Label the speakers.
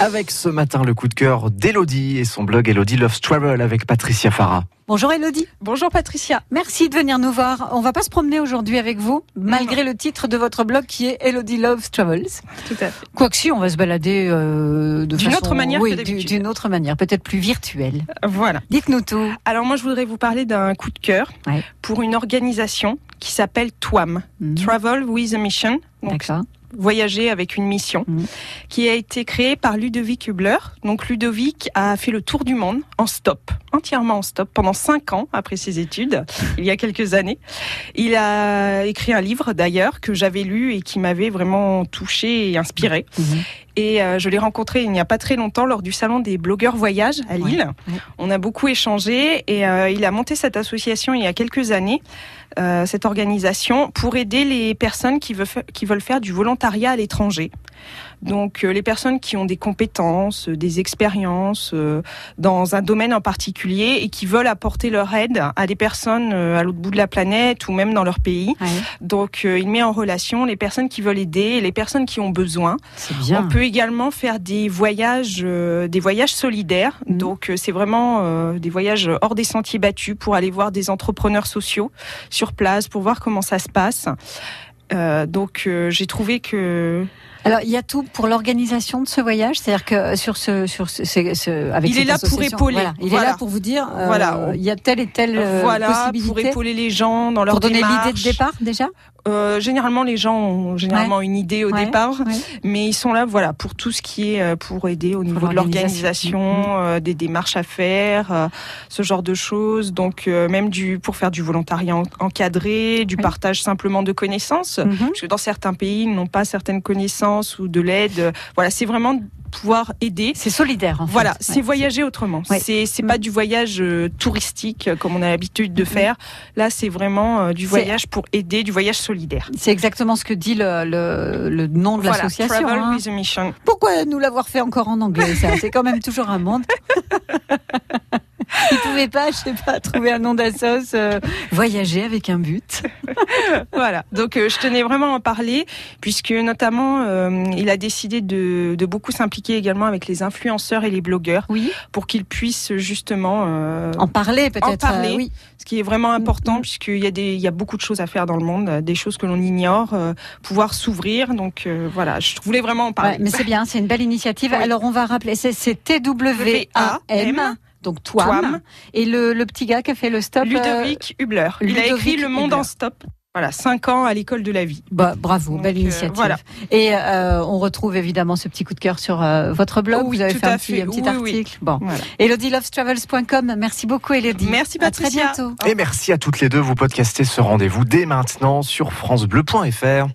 Speaker 1: Avec ce matin le coup de cœur d'Elodie et son blog Elodie Loves Travel avec Patricia Farah.
Speaker 2: Bonjour Elodie,
Speaker 3: Bonjour Patricia.
Speaker 2: merci de venir nous voir. On va pas se promener aujourd'hui avec vous, malgré le titre de votre blog qui est Elodie Loves Travels.
Speaker 3: Tout à fait.
Speaker 2: Quoique si, on va se balader euh, de
Speaker 3: D'une
Speaker 2: façon-
Speaker 3: autre manière
Speaker 2: oui,
Speaker 3: que
Speaker 2: du-
Speaker 3: d'habitude.
Speaker 2: d'une autre manière, peut-être plus virtuelle.
Speaker 3: Euh, Voilà.
Speaker 2: Dites-nous tout.
Speaker 3: Alors moi, je voudrais vous parler d'un coup de cœur
Speaker 2: Ouais.
Speaker 3: pour une organisation qui s'appelle TWAM,
Speaker 2: Mhm.
Speaker 3: Travel with a Mission, donc
Speaker 2: D'accord.
Speaker 3: voyager avec une mission,
Speaker 2: Mhm.
Speaker 3: qui a été créée par Ludovic Hubler. Donc Ludovic a fait le tour du monde en stop, entièrement en stop, pendant cinq ans après ses études, il y a quelques années. Il a écrit un livre d'ailleurs que j'avais lu et qui m'avait vraiment touché et inspiré.
Speaker 2: Mhm.
Speaker 3: Et euh, je l'ai rencontré il n'y a pas très longtemps lors du salon des blogueurs voyage à Lille.
Speaker 2: ouais.
Speaker 3: On a beaucoup échangé et euh, il a monté cette association il y a quelques années, euh, cette organisation, pour aider les personnes qui veulent, fa- qui veulent faire du volontariat à l'étranger. Donc euh, les personnes qui ont des compétences, euh, des expériences euh, dans un domaine en particulier et qui veulent apporter leur aide à des personnes euh, à l'autre bout de la planète ou même dans leur pays.
Speaker 2: Ouais,
Speaker 3: Donc euh, il met en relation les personnes qui veulent aider et les personnes qui ont besoin.
Speaker 2: c'est bien.
Speaker 3: On peut également faire des voyages, euh, des voyages solidaires.
Speaker 2: Mhm.
Speaker 3: Donc euh, c'est vraiment euh, des voyages hors des sentiers battus pour aller voir des entrepreneurs sociaux sur place pour voir comment ça se passe. Euh, donc euh, j'ai trouvé que
Speaker 2: Alors, il y a tout pour l'organisation de ce voyage, c'est-à-dire que euh, sur ce, sur ce, ce- ce- avec
Speaker 3: Il est
Speaker 2: cette
Speaker 3: là pour
Speaker 2: association,
Speaker 3: épauler.
Speaker 2: voilà, il est
Speaker 3: Voilà.
Speaker 2: là pour vous dire, euh,
Speaker 3: Voilà.
Speaker 2: il y a telle et telle euh,
Speaker 3: voilà pour
Speaker 2: possibilité
Speaker 3: épauler les gens dans leur
Speaker 2: pour donner l'idée
Speaker 3: démarche.
Speaker 2: de départ déjà.
Speaker 3: Euh, généralement les gens ont généralement une idée au
Speaker 2: Ouais.
Speaker 3: départ,
Speaker 2: Ouais.
Speaker 3: mais ils sont là voilà pour tout ce qui est euh, pour aider au niveau de
Speaker 2: l'organisation. Mm-hmm.
Speaker 3: l'organisation, euh, des démarches à faire, euh, ce genre de choses. Donc euh, même du pour faire du volontariat en- encadré, du
Speaker 2: Oui.
Speaker 3: partage simplement de connaissances.
Speaker 2: Mhm.
Speaker 3: Parce que dans certains pays, ils n'ont pas certaines connaissances ou de l'aide. Euh, Voilà, c'est vraiment de pouvoir aider.
Speaker 2: C'est solidaire. En fait.
Speaker 3: Voilà,
Speaker 2: Ouais,
Speaker 3: c'est voyager autrement.
Speaker 2: Ouais.
Speaker 3: C'est c'est
Speaker 2: Mm. Mm-hmm.
Speaker 3: pas du voyage euh, touristique euh, comme on a l'habitude de faire. Là, c'est vraiment euh, du
Speaker 2: C'est-
Speaker 3: voyage pour aider, du voyage solidaire.
Speaker 2: C'est exactement ce que dit le, le- le nom de
Speaker 3: Voilà,
Speaker 2: l'association.
Speaker 3: Travel
Speaker 2: hein.
Speaker 3: with a Mission.
Speaker 2: Pourquoi nous l'avoir fait encore en anglais ça C'est quand même toujours un monde. Ils pouvaient pas, je sais pas, trouver un nom d'assos. euh, voyager avec un but.
Speaker 3: voilà. Donc, euh, je tenais vraiment à en parler, puisque notamment, euh, il a décidé de, de beaucoup s'impliquer également avec les influenceurs et les blogueurs
Speaker 2: Oui.
Speaker 3: pour qu'ils puissent justement euh,
Speaker 2: En parler peut-être.
Speaker 3: En parler.
Speaker 2: euh, oui.
Speaker 3: ce qui est vraiment important
Speaker 2: Mm.
Speaker 3: puisqu'il y a des il y a beaucoup de choses à faire dans le monde, euh, des choses que l'on ignore, euh, pouvoir s'ouvrir. Donc euh, voilà, je voulais vraiment en
Speaker 2: Ouais,
Speaker 3: parler.
Speaker 2: mais c'est bien, c'est une belle initiative.
Speaker 3: Oui.
Speaker 2: Alors on va rappeler, c'est- c'est T-W-A-M,
Speaker 3: W-A-M,
Speaker 2: donc Twam.
Speaker 3: Twam.
Speaker 2: Et le, le petit gars qui a fait le stop. euh,
Speaker 3: Ludovic Hubler, il a
Speaker 2: Ludovic
Speaker 3: écrit Le Monde
Speaker 2: Hubler.
Speaker 3: en stop. Voilà, cinq ans à l'école de la vie.
Speaker 2: bah, bravo,
Speaker 3: Donc,
Speaker 2: belle
Speaker 3: euh,
Speaker 2: initiative.
Speaker 3: voilà.
Speaker 2: Et euh, on retrouve évidemment ce petit coup de cœur sur euh, votre blog.
Speaker 3: Oh oui,
Speaker 2: Vous avez
Speaker 3: tout
Speaker 2: fait un
Speaker 3: à
Speaker 2: petit,
Speaker 3: fait.
Speaker 2: un petit
Speaker 3: Oui, oui.
Speaker 2: article. Bon.
Speaker 3: Voilà.
Speaker 2: ElodieLovesTravels.com. Merci beaucoup, Elodie.
Speaker 3: Merci
Speaker 2: À très
Speaker 3: Patricia.
Speaker 2: bientôt.
Speaker 1: Et merci à toutes les deux, vous podcastez ce rendez-vous dès maintenant sur francebleu.fr.